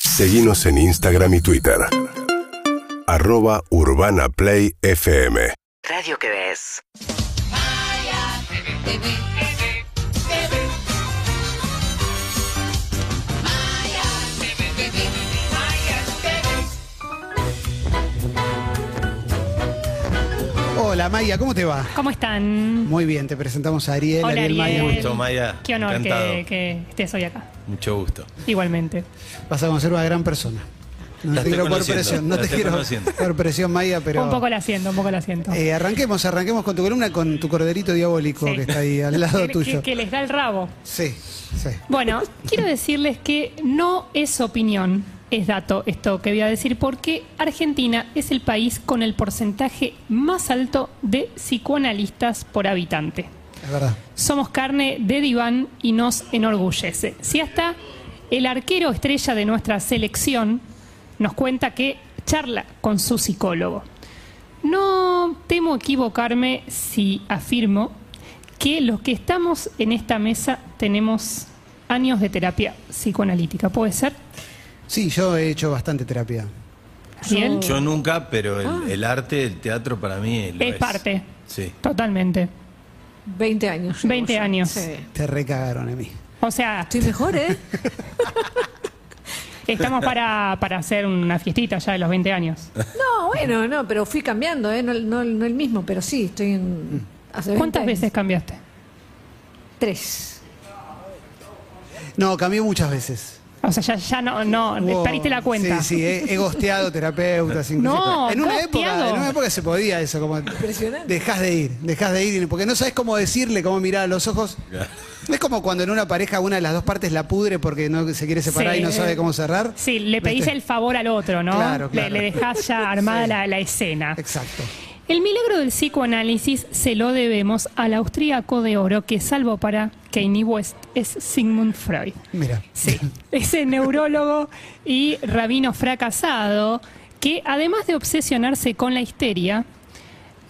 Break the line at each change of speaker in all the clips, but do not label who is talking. Seguimos en Instagram y Twitter. Arroba Urbana Play FM.
Radio que ves.
Hola Maya, ¿cómo te va?
¿Cómo están?
Muy bien, te presentamos a Ariel.
Hola,
Maya.
Ariel.
gusto, Maya.
Qué honor
Encantado.
que, que estés hoy acá.
Mucho gusto.
Igualmente.
Vas a conocer una gran persona. No
La
te
estoy
quiero por
conociendo,
presión, no
la
te
estoy
quiero
conociendo.
por presión Maya, pero
Un poco la siento, un poco la siento.
eh, arranquemos, arranquemos con tu columna, con tu corderito diabólico
Sí.
que está ahí al lado
que,
tuyo.
que- que les da el rabo.
Sí, sí.
Bueno, quiero decirles que no es opinión, es dato esto que voy a decir, porque Argentina es el país con el porcentaje más alto de psicoanalistas por habitante.
Es verdad.
Somos carne de diván y nos enorgullece. Si hasta el arquero estrella de nuestra selección nos cuenta que charla con su psicólogo. No temo equivocarme si afirmo que los que estamos en esta mesa tenemos años de terapia psicoanalítica. ¿Puede ser?
Sí, yo he hecho bastante terapia.
Ariel?
Yo nunca, pero el, el arte, el teatro para mí lo
Ah. Es parte.
Sí.
Totalmente.
20 años.
20
llevo yo.
años.
Sí.
Te recagaron a mí.
O sea,
Estoy mejor, ¿eh?
estamos para, para hacer una fiestita ya de los 20 años.
No, bueno, no, pero fui cambiando, ¿eh? No, no- no el mismo, pero sí, estoy en. hace 20
¿Cuántas
años.
veces cambiaste?
Tres.
No, cambié muchas veces.
O sea, ya, ya no, no,
Hubo-
perdiste la cuenta.
Sí, sí, he, he gosteado terapeutas. inclusive.
No,
en una
gosteado.
época, en una época se podía eso, como
Impresionante.
dejás de ir, dejás de ir, porque no sabes cómo decirle, cómo mirar a los ojos. Es como cuando en una pareja una de las dos partes la pudre porque no se quiere separar
Sí.
y no sabe cómo cerrar.
Sí, le pedís
¿Viste?
el favor al otro, ¿no?
Claro, claro.
Le, le dejás ya armada la, la escena.
Exacto.
El milagro del psicoanálisis se lo debemos al austríaco de oro que, salvo para Kanye West, es Sigmund Freud.
Mira.
Sí, ese neurólogo y rabino fracasado que, además de obsesionarse con la histeria,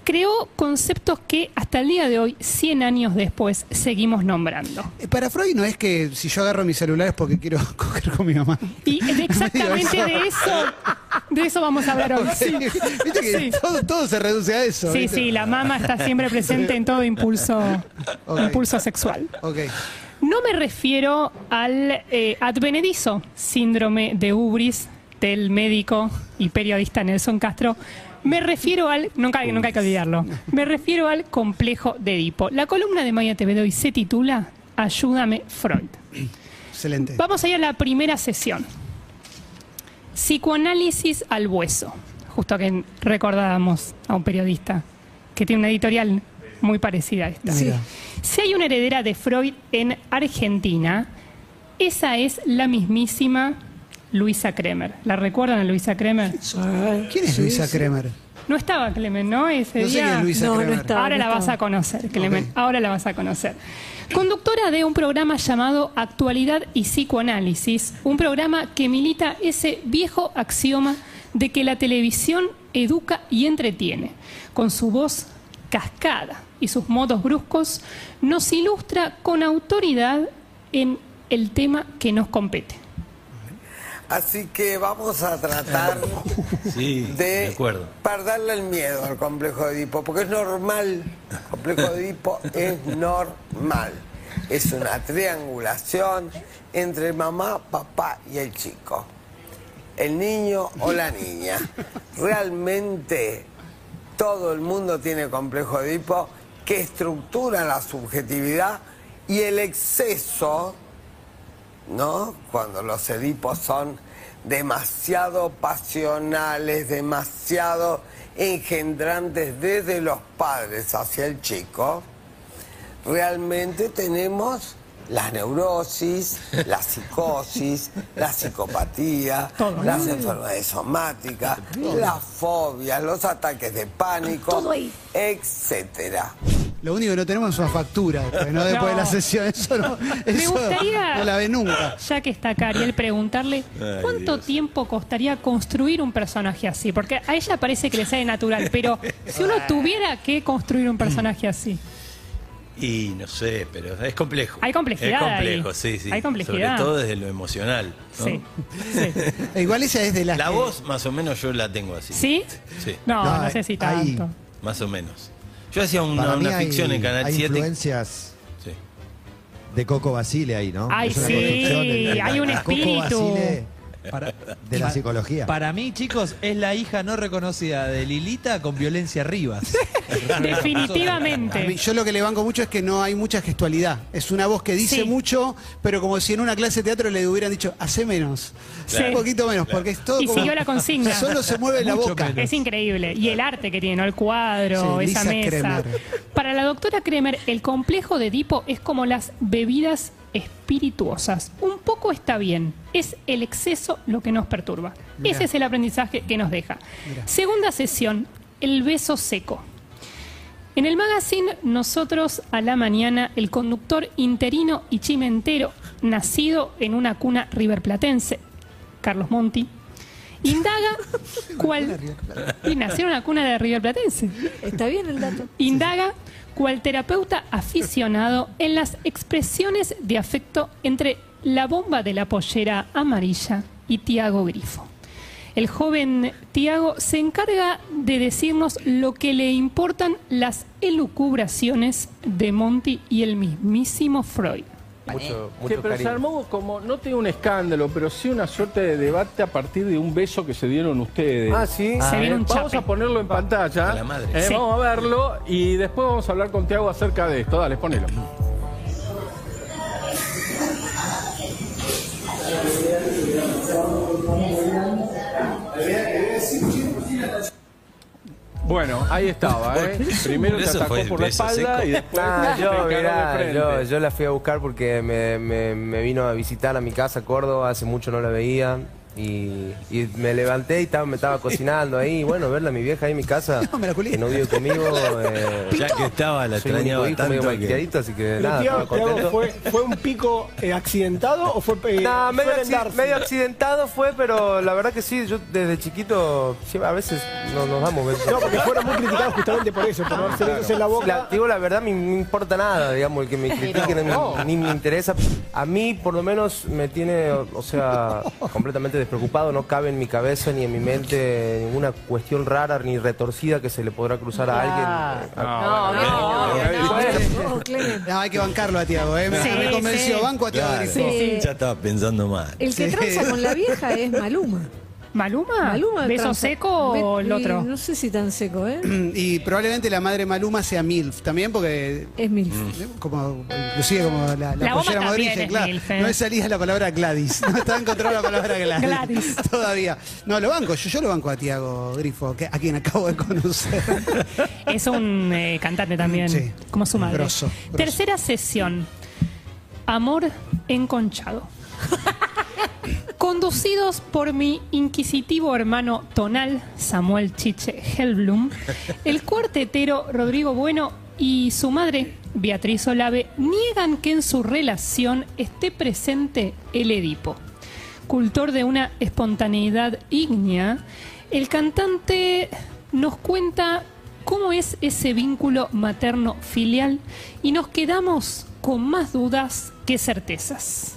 creó conceptos que hasta el día de hoy, 100 años después, seguimos nombrando.
Eh, Para Freud no es que si yo agarro mis celulares porque quiero coger con mi mamá.
Y de- exactamente
Medio
de eso, de eso vamos a hablar hoy. Sí,
Viste que
Sí.
todo, todo se reduce a eso.
sí,
¿viste?
sí, la mama está siempre presente en todo impulso,
Ok.
impulso sexual.
Ok.
No me refiero al eh, advenedizo síndrome de Ubris del médico y periodista Nelson Castro. Me refiero al, nunca, nunca hay que olvidarlo, me refiero al complejo de Edipo. La columna de Maya TV de hoy se titula Ayúdame Freud.
Excelente.
Vamos a ir a la primera sesión. Psicoanálisis al hueso. Justo que recordábamos a un periodista que tiene una editorial muy parecida a esta.
Mira.
Si hay una heredera de Freud en Argentina, esa es la mismísima Luisa Kremer. ¿La recuerdan a Luisa Kremer?
¿Quién es
Sí,
Luisa
sí.
Kremer?
No estaba Clemen, ¿no? Ese
No sé
día.
quién es Luisa
No, no
Kremer.
está.
Ahora la vas a conocer, Clemen. Ahora la vas a conocer. Conductora de un programa llamado Actualidad y Psicoanálisis, un programa que milita ese viejo axioma de que la televisión educa y entretiene. Con su voz cascada y sus modos bruscos, nos ilustra con autoridad en el tema que nos compete.
Así que vamos a tratar
Sí, de
de,
acuerdo.
perderle el miedo al complejo de Edipo, porque es normal. El complejo de Edipo es normal. Es una triangulación entre mamá, papá y el chico. El niño o la niña. Realmente todo el mundo tiene complejo de Edipo que estructura la subjetividad y el exceso ¿no? Cuando los edipos son demasiado pasionales, demasiado engendrantes desde los padres hacia el chico, realmente tenemos las neurosis, la psicosis, la psicopatía, las enfermedades somáticas, las fobias, los ataques de pánico, etcétera.
Lo único que no tenemos es una factura, después, ¿no? Después de la
No.
sesión, eso no, eso
gustaría-
no la ve nunca.
Ya que está acá Ariel, preguntarle cuánto tiempo costaría construir un personaje así. Porque a ella parece que le sale natural, pero si uno tuviera que construir un personaje así.
Y no sé, pero es complejo.
Hay complejidad
Es complejo,
ahí.
sí, sí.
Hay complejidad.
Sobre todo desde lo emocional. ¿no?
Sí, sí.
E Igual esa es de las.
La
que-
voz, más o menos, yo la tengo así.
¿Sí?
Sí,
No, no,
No,
sé si
hay-
tanto.
más o menos. Yo hacía una,
Para mí
una
hay-
ficción en Canal
hay
7.
influencias
Sí.
de Coco Basile ahí, ¿no?
Ay,
Es una
sí,
construcción en-
hay un espíritu.
Coco Basile
Para-
de la
pa-
psicología.
Para mí, chicos, es la hija no reconocida de Lilita con violencia Rivas.
A mí-
Definitivamente.
yo lo que le banco mucho es que no hay mucha gestualidad. Es una voz que dice
Sí.
mucho, pero como si en una clase de teatro le hubieran dicho, hace menos,
Claro.
un poquito menos, porque es todo
Y
como-
siguió la consigna.
Solo se mueve la
Mucho
boca.
menos.
Es increíble. Y el arte que tiene, ¿no? El cuadro,
Sí,
esa
Lisa
mesa.
Kremer.
Para la doctora Kremer, el complejo de Edipo es como las bebidas espirituosas. Un poco está bien, es el exceso lo que nos perturba. Ese es el aprendizaje que nos deja. Segunda sesión, el beso seco. En el magazine Nosotros a la Mañana, el conductor interino y chimentero, nacido en una cuna riverplatense, Carlos Monti, indaga cuál... Y nació en una cuna de riverplatense.
Está bien el dato.
Indaga cual terapeuta aficionado en las expresiones de afecto entre la bomba de la pollera amarilla y Tiago Grifo. El joven Tiago se encarga de decirnos lo que le importan las elucubraciones de Monty y el mismísimo Freud.
Mucho,
Sí,
mucho
pero se
cariño.
armó como, no tengo un escándalo, pero sí una suerte de debate a partir de un beso que se dieron ustedes. eh,
Ah, sí.
Se viene un
vamos
chape.
a ponerlo en pantalla.
la madre.
Eh,
Sí.
Vamos a verlo y después vamos a hablar con Tiago acerca de esto. Dale, ponelo. Bueno, ahí estaba, ¿eh? Primero te
Eso
atacó
fue el
por la
beso
espalda
seco.
y después
Ah,
te
yo,
encaró de
mirá,
frente.
yo, yo la fui a buscar porque me, me- me vino a visitar a mi casa, Córdoba, hace mucho no la veía. Y, y me levanté y estaba, me estaba cocinando ahí. Y bueno, verla a mi vieja ahí en mi casa,
No, me la culié.
que no vive conmigo. Eh,
Ya que estaba, la
soy el
extrañaba
único hijo medio
tanto que...
malcriadito, así que
Pero,
nada,
Tiago,
estaba contento.
Tiago, ¿fue, ¿fue un pico eh, accidentado o fue.? eh,
No, medio,
suelen
acci-
darse?
medio accidentado fue, pero la verdad que sí, yo desde chiquito sí, a veces no, nos damos besos.
No, porque fueron muy criticados justamente por eso,
Ah,
por darse besos en la boca.
La, digo, la verdad, me, me importa nada, digamos, el que me critiquen ni- ni me interesa. A mí, por lo menos, me tiene, o, o sea, completamente despreocupado. No cabe en mi cabeza ni en mi mente ninguna cuestión rara ni retorcida que se le podrá cruzar a alguien. Eh, a-
No,
bueno,
no,
bien,
no,
bien.
no, Clemen.
No, hay que bancarlo a Tiago, ¿eh? me,
Sí,
me convenció.
sí.
Banco a Tiago.
Claro,
Grifo.
Sí.
ya estaba pensando mal.
El que
Sí.
tranza con la vieja es Maluma.
¿Maluma?
Maluma
¿Beso
tranza-
seco o
Ve-
el otro?
No sé si tan seco, ¿eh?
Y probablemente la madre Maluma sea MILF también, porque.
Es mi.
Como, inclusive como la, la,
La bomba
pollera
también
Madrid,
es
claro,
MILF, ¿eh?
no es salida la palabra Gladys, no está encontrada la palabra Gladys,
Gladys.
todavía. No, lo banco, yo, yo lo banco a Tiago Grifo, que, a quien acabo de conocer.
Es un eh, cantante también,
Sí.
como su madre.
Grosso, grosso.
Tercera sesión, Amor enconchado. Conducidos por mi inquisitivo hermano tonal, Samuel Chiche Helblum, el cuartetero Rodrigo Bueno y su madre, Beatriz Olave, niegan que en su relación esté presente el Edipo cultor de una espontaneidad ígnea, el cantante nos cuenta cómo es ese vínculo materno-filial y nos quedamos con más dudas que certezas.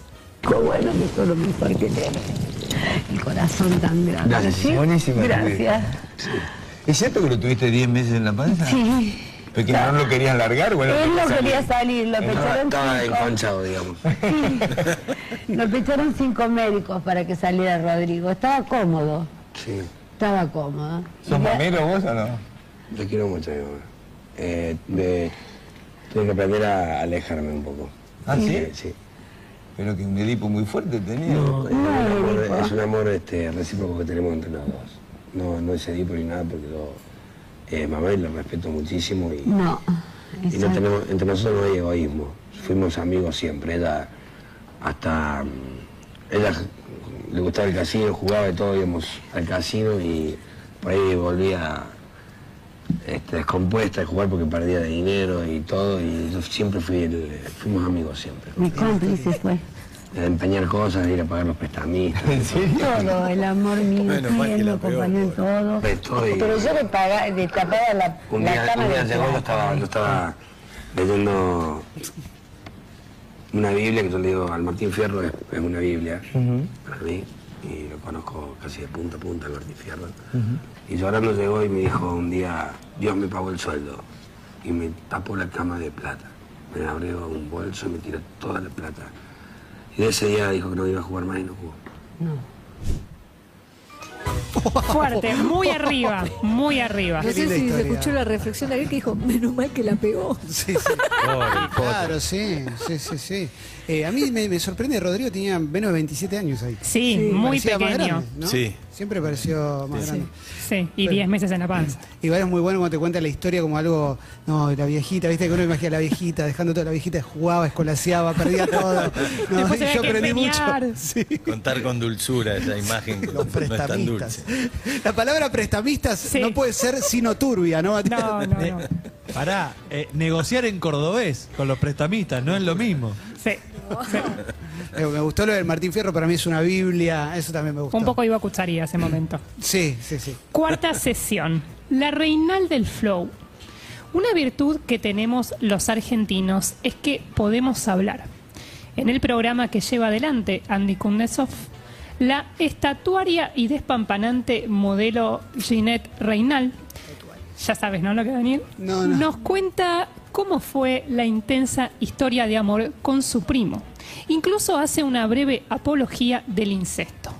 Gracias. ¿Es cierto que lo tuviste 10 meses en la panza? Sí. Pero que no lo querías largar, bueno. Él no quería salir, lo pecharon. Estaba enconchado, digamos.
Lo picharon cinco médicos para que saliera Rodrigo. Estaba cómodo.
Sí.
Estaba cómodo.
¿Sos mamero vos o no? Lo quiero mucho, mi amor. Eh, de- tengo que aprender a alejarme un poco. ¿Ah, sí? Sí. Pero que un Edipo muy fuerte tenía. No, es, un amor, es un amor, este, recíproco que tenemos entre los dos. No, no es Edipo ni nada porque lo, eh, mamá y lo respeto muchísimo y,
No.
y no tenemos, entre nosotros no hay egoísmo. Fuimos amigos siempre. Ella hasta mm, ella le gustaba el casino, jugaba y todo, íbamos al casino y por ahí volvía este, descompuesta de jugar porque perdía de dinero y todo, y yo siempre fui el- fuimos amigos siempre. Mi cómplice fue. De empeñar cosas, de ir a pagar los prestamistas. ¿En serio?
Todo, el amor mío.
Menos mal que la peor.
todo.
Estoy-
Pero yo le pagaba, le tapaba la,
Un
la
día,
cama
un día
de
llegó, yo estaba, yo estaba leyendo una Biblia que yo le digo al Martín Fierro, es, es una Biblia para mí, y lo conozco casi de punta a punta al Martín Fierro. Y llorando llegó y me dijo un día, Dios me pagó el sueldo y me tapó la cama de plata. Me abrió un bolso y me tiró toda la plata. Y de ese día dijo que no iba a jugar más y no jugó.
Fuerte, muy arriba, muy arriba.
No sé si se escuchó la reflexión de alguien que dijo, menos mal que la pegó.
Sí, sí. claro, sí, sí, sí, sí. Eh, a mí me, me sorprende, Rodrigo tenía menos de 27 años ahí.
Sí, muy
Parecía más
pequeño.
grande, ¿no?
Sí.
Siempre pareció más grande.
Sí, y
Pero-
10 meses en la panza.
Igual es muy bueno cuando te cuenta la historia como algo, no, la viejita, viste que uno imagina a la viejita, dejando toda la viejita, jugaba, escolaseaba, perdía todo. No,
Después había
yo
que
aprendí
empeñar.
mucho. Sí.
Contar con dulzura esa imagen que no es tan dulce.
prestamistas. La palabra prestamistas no puede ser sino turbia, ¿no?
No, no, no.
Pará, eh, negociar en cordobés con los prestamistas no es lo mismo.
Sí. sí.
Eh, Me gustó lo del Martín Fierro, para mí es una Biblia, eso también me gustó.
Un poco iba a cucharía ese momento.
Sí, sí, sí.
Cuarta sesión, la reinal del flow. Una virtud que tenemos los argentinos es que podemos hablar. En el programa que lleva adelante Andy Kundesov, la estatuaria y despampanante modelo Ginette Reinal, ya sabes, ¿no? Lo que va a venir,
No, no.
nos cuenta cómo fue la intensa historia de amor con su primo. Incluso hace una breve apología del incesto.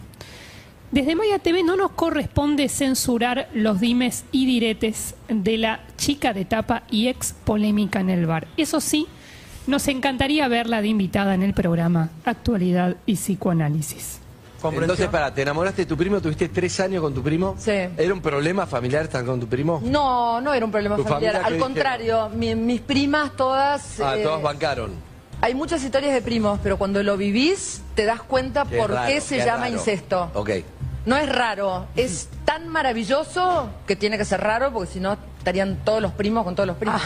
Desde Maya TV no nos corresponde censurar los dimes y diretes de la chica de tapa y ex polémica en el bar. Eso sí, nos encantaría verla de invitada en el programa Actualidad y Psicoanálisis.
Entonces, para, ¿te enamoraste de tu primo? ¿Tuviste tres años con tu primo?
Sí.
¿Era un problema familiar estar con tu primo?
No, no era un problema
¿Tu familia
familiar.
qué
Al
dijeron?
contrario, mi- mis primas todas...
Ah,
eh,
todos bancaron.
hay muchas historias de primos, pero cuando lo vivís te das cuenta
Qué
por
raro,
qué se
qué
llama
raro.
incesto.
Ok.
No es raro, es tan maravilloso que tiene que ser raro porque si no estarían todos los primos con todos los primos.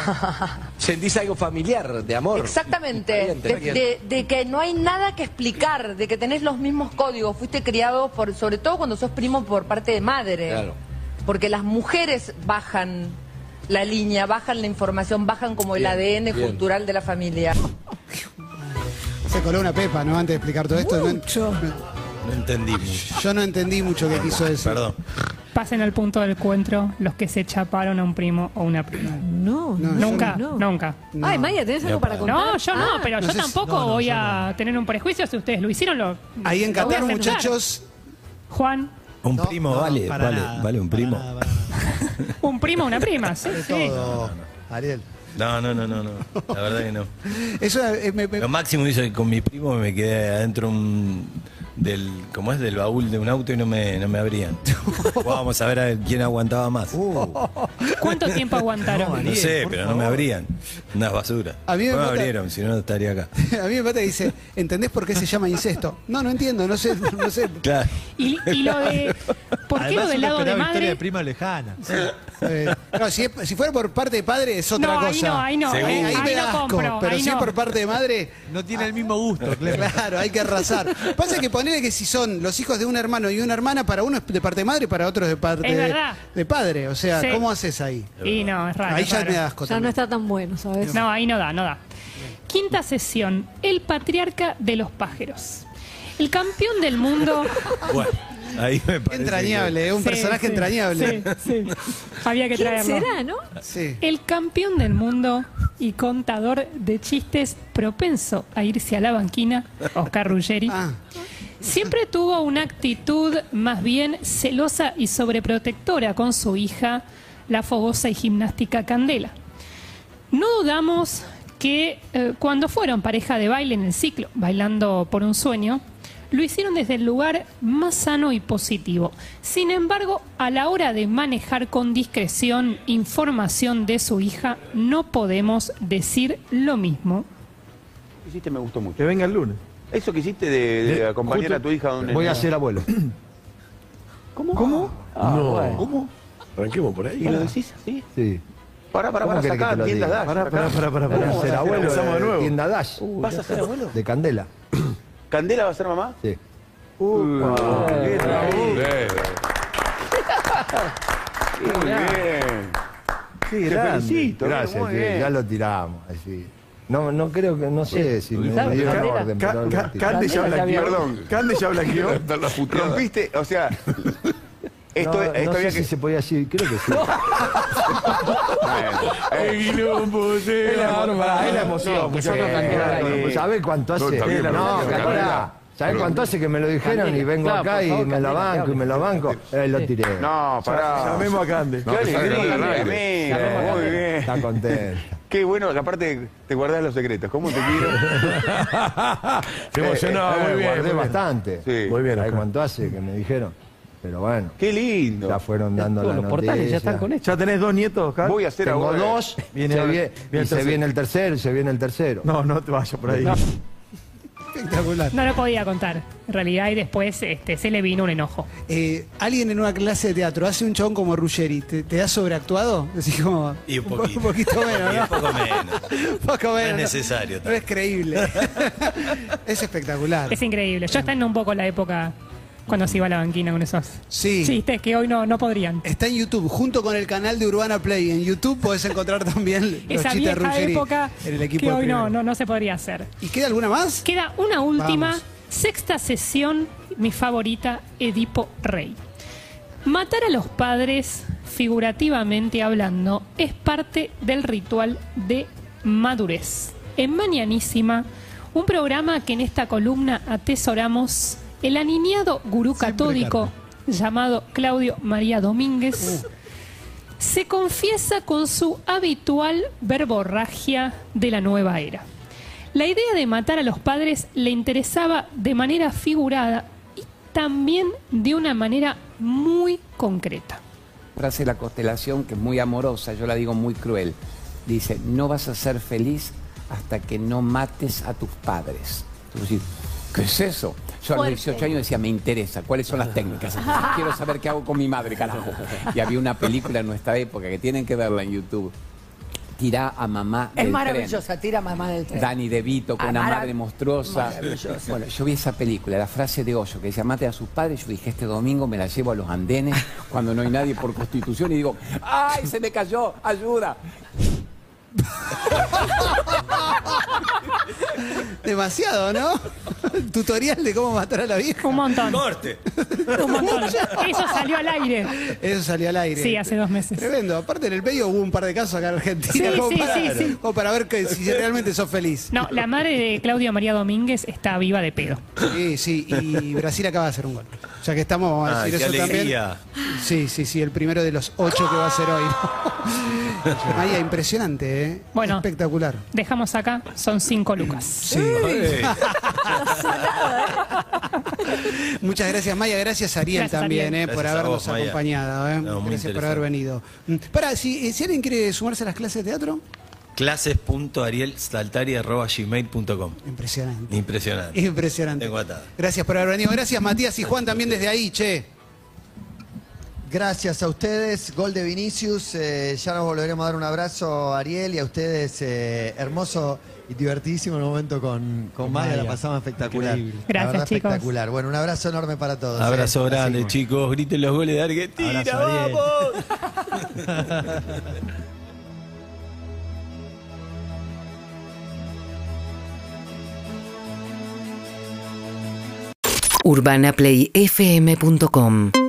¿Sentís algo familiar, de amor?
Exactamente,
Está bien, está
de,
bien.
de- de que no hay nada que explicar, de que tenés los mismos códigos, fuiste criado por, sobre todo cuando sos primo por parte de madre,
Claro.
porque las mujeres bajan la línea, bajan la información, bajan como el
Bien,
ADN
bien.
cultural de la familia.
Se coló una pepa, ¿no? Antes de explicar todo esto. no-
No entendí mucho.
yo no entendí mucho qué quiso decir.
Perdón.
Pasen al punto del encuentro los que se chaparon a un primo o una prima.
No,
nunca,
yo
nunca.
Ay, Maya, ¿tenés algo para contar?
No, yo no,
Ah,
pero
no
yo
sé si-
tampoco
no, no,
voy
yo
a tener un prejuicio si ustedes lo hicieron. Lo,
Ahí en
lo voy a
Qatar,
censurar.
muchachos,
Juan,
Un primo vale, vale, vale un primo.
un primo, una prima, sí, sí.
Ariel.
No, no, no, no, no. La verdad que no.
Eso eh, me- me-
Lo máximo hizo que con mi primo me quedé adentro un- del, ¿cómo es? Del baúl de un auto y no me, no me abrían. Vamos a ver a ver quién aguantaba más.
Uh, ¿Cuánto tiempo aguantaron?
no sé, pero no me abrían. Unas basuras.
A mí me
no me
mata-
abrieron, si no no estaría acá.
a mí me pata que dice, ¿entendés por qué se llama incesto? No, no entiendo, no sé, no sé.
Claro.
Y, y lo de. ¿Por qué
Además,
lo del
uno
lado
esperaba
de
historia
madre?
de prima lejana.
Eh, no, si, es- si fuera por parte de padre es otra
No, ahí
cosa.
no, ahí no,
Ahí,
ahí-
ahí
ahí
me
no
da asco,
compro,
pero
ahí
si
no.
es por parte de madre,
No tiene el mismo gusto, claro.
claro, hay que arrasar. Pasa que ponerle que si son los hijos de un hermano y una hermana, para uno es de parte de madre, para otro es de parte
Es
de,
verdad.
de padre. O sea,
Sí.
¿cómo haces ahí?
Y no, es raro.
ahí
es
ya
raro.
me da asco
Ya no
también.
está tan bueno, ¿sabes?
No, ahí no da, no da. Quinta sesión, el patriarca de los pájaros. El campeón del mundo.
Bueno, ahí me parece.
Entrañable, eh, un
Sí,
personaje
sí,
entrañable.
Sí, sí. Había que
¿Quién
traerlo.
será, no?
Sí.
El campeón del mundo y contador de chistes propenso a irse a la banquina, Oscar Ruggeri,
Ah.
siempre tuvo una actitud más bien celosa y sobreprotectora con su hija, la fogosa y gimnástica Candela. No dudamos que eh, cuando fueron pareja de baile en el ciclo, bailando por un sueño, lo hicieron desde el lugar más sano y positivo. Sin embargo, a la hora de manejar con discreción información de su hija, no podemos decir lo mismo.
hiciste me gustó mucho. Que venga el lunes. Eso que hiciste de, de acompañar a tu hija donde...
Voy a ser abuelo.
¿Cómo? ¿Cómo? Ah,
No.
¿Cómo?
Arranquemos por
¿Y lo decís así?
Sí.
Pará, pará,
¿Cómo
pará,
querés que
sacá,
te lo
tiendas
diga?
Dash.
Pará,
sacá.
pará, pará, pará,
¿Cómo
pará.
vas a
Ser abuelo de
Empezamos de nuevo.
tienda Dash.
¿Vas a ser abuelo?
De Candela.
¿Candela va a ser mamá?
Sí.
Uh, qué bien, Raúl.
Muy bien.
Sí,
Te
grande.
felicito, bien,
Gracias,
muy
sí,
bien.
ya lo tiramos. Así. No, no creo que, no sé si me
Ca-
dieron
Ca-
orden,
Ca-
pero lo
Ca-
tiré.
Cande ya blanqueó. Perdón, Cande ya blanqueó. Rompiste, o sea. Esto,
no,
esto
no
había
sé
que.
si se podía decir, creo que sí. eh.
Es la emo- pará, es la emoción,
No,
muchachos.
que yo no canté nada.
Eh,
Pues, ¿Sabés cuánto
no,
hace?
está bien, la
No,
verdad,
calculá. ¿Sabés
pero-
cuánto hace que me lo dijeron y
Candela,
vengo
claro,
acá
por
y
favor,
me la
Candela,
banco y me la banco? Eh, lo tiré.
No, pará.
Llamemos a Cande.
No, que salga al aire.
Amigo,
Llamemos a
muy
Cande.
bien. Está contento.
Qué bueno, aparte te guardás los secretos. ¿Cómo te quiero?
Eh, eh, Guardé bastante.
Sí.
Muy bien. ¿Sabés cuánto hace que me dijeron? Pero bueno.
Qué lindo.
Ya fueron dando la
Todos
noticia.
los portales ya están con
esto. ¿Ya tenés dos nietos,
Carl? Voy a hacer
Tengo
ahora-
dos.
Viene
se
ahora-
viene-
viene
y
el
se
tercero.
viene el tercero, y se viene el tercero. No, no te vayas por ahí.
Espectacular.
No lo podía contar, en realidad, y después este, se le vino un enojo.
Eh, alguien en una clase de teatro hace un chabón como Ruggeri, ¿te, te da sobreactuado? Decís como.
Y un poquito.
Un poquito menos,
Y un
¿no?
poco menos.
Poco
No
menos,
es
¿no?
necesario.
No es creíble. es espectacular.
Es increíble. Yo estando un poco en la época cuando se iba a la banquina con esos
Sí.
chistes que hoy no, no podrían.
Está en YouTube, junto con el canal de Urbana Play. En YouTube podés encontrar también los
Esa
chistes de
vieja
Ruggeri
época
en el equipo
que
de
hoy no,
primero.
no, no se podría hacer.
¿Y queda alguna más?
Queda una última,
Vamos.
sexta sesión, mi favorita, Edipo Rey. Matar a los padres, figurativamente hablando, es parte del ritual de madurez. En Mañanísima, un programa que en esta columna atesoramos, el aniñado gurú catódico llamado Claudio María Domínguez se confiesa con su habitual verborragia de la nueva era. La idea de matar a los padres le interesaba de manera figurada y también de una manera muy concreta.
frase de la constelación que es muy amorosa, yo la digo muy cruel. Dice, no vas a ser feliz hasta que no mates a tus padres. Entonces, decís, ¿qué es eso? Yo a los
Fuerte.
18 años decía, me interesa, ¿cuáles son las técnicas? Quiero saber qué hago con mi madre, carajo. Y había una película en nuestra época que tienen que verla en YouTube. Tirá a mamá del
Es
tren.
maravillosa, tira mamá del tren.
Dani DeVito con
Ah,
una
mara-
madre monstruosa.
Maravilloso.
Bueno, yo vi esa película, la frase de Hoyo, que decía, mate a sus padres, yo dije, este domingo me la llevo a los andenes cuando no hay nadie por constitución y digo, ¡ay, se me cayó! ¡Ayuda!
Demasiado, ¿no? Tutorial de cómo matar a la vieja.
Un montón.
Corte.
Un montón. Eso salió al aire.
Eso salió al aire.
Sí, hace dos meses.
Tremendo. Aparte, en el medio hubo un par de casos acá en Argentina.
Sí,
como
sí,
para,
sí, sí.
como para ver que, si realmente sos feliz.
No, la madre de Claudio María Domínguez está viva de pedo.
Sí, sí, y Brasil acaba de hacer un gol. Ya que estamos, vamos a
Ay,
decir
qué
eso
alegría.
también. Sí, sí, sí, el primero de los ocho que va a hacer hoy. Maya, impresionante, ¿eh?
Bueno.
Espectacular.
Dejamos acá, son cinco lucas.
Muchas gracias, Maya. Gracias, Ariel,
Gracias,
también,
Ariel.
¿eh? por
¿eh? Gracias a
habernos
vos, Maya.
acompañado. ¿eh?
No, muy
gracias por
interesante.
haber venido. Para, si, eh, si alguien quiere sumarse a las clases de teatro,
Clases.arielsaltari.gmail.com
impresionante.
Impresionante.
Impresionante.
Tengo atado.
Gracias por haber venido. Gracias, Matías y Juan, también desde ahí, che.
Gracias a ustedes, gol de Vinicius. eh, ya nos volveremos a dar un abrazo, Ariel, y a ustedes, eh, hermoso y divertidísimo el momento con, con Maya, la
Maya.
pasamos espectacular.
Increíble.
La
Gracias,
verdad,
chicos.
Espectacular. Bueno, un abrazo enorme para todos. eh.
Abrazo
Así
grande, chicos. Griten los goles de Argentina.
Abrazo, Ariel.
¡Vamos!
UrbanaPlayFM.com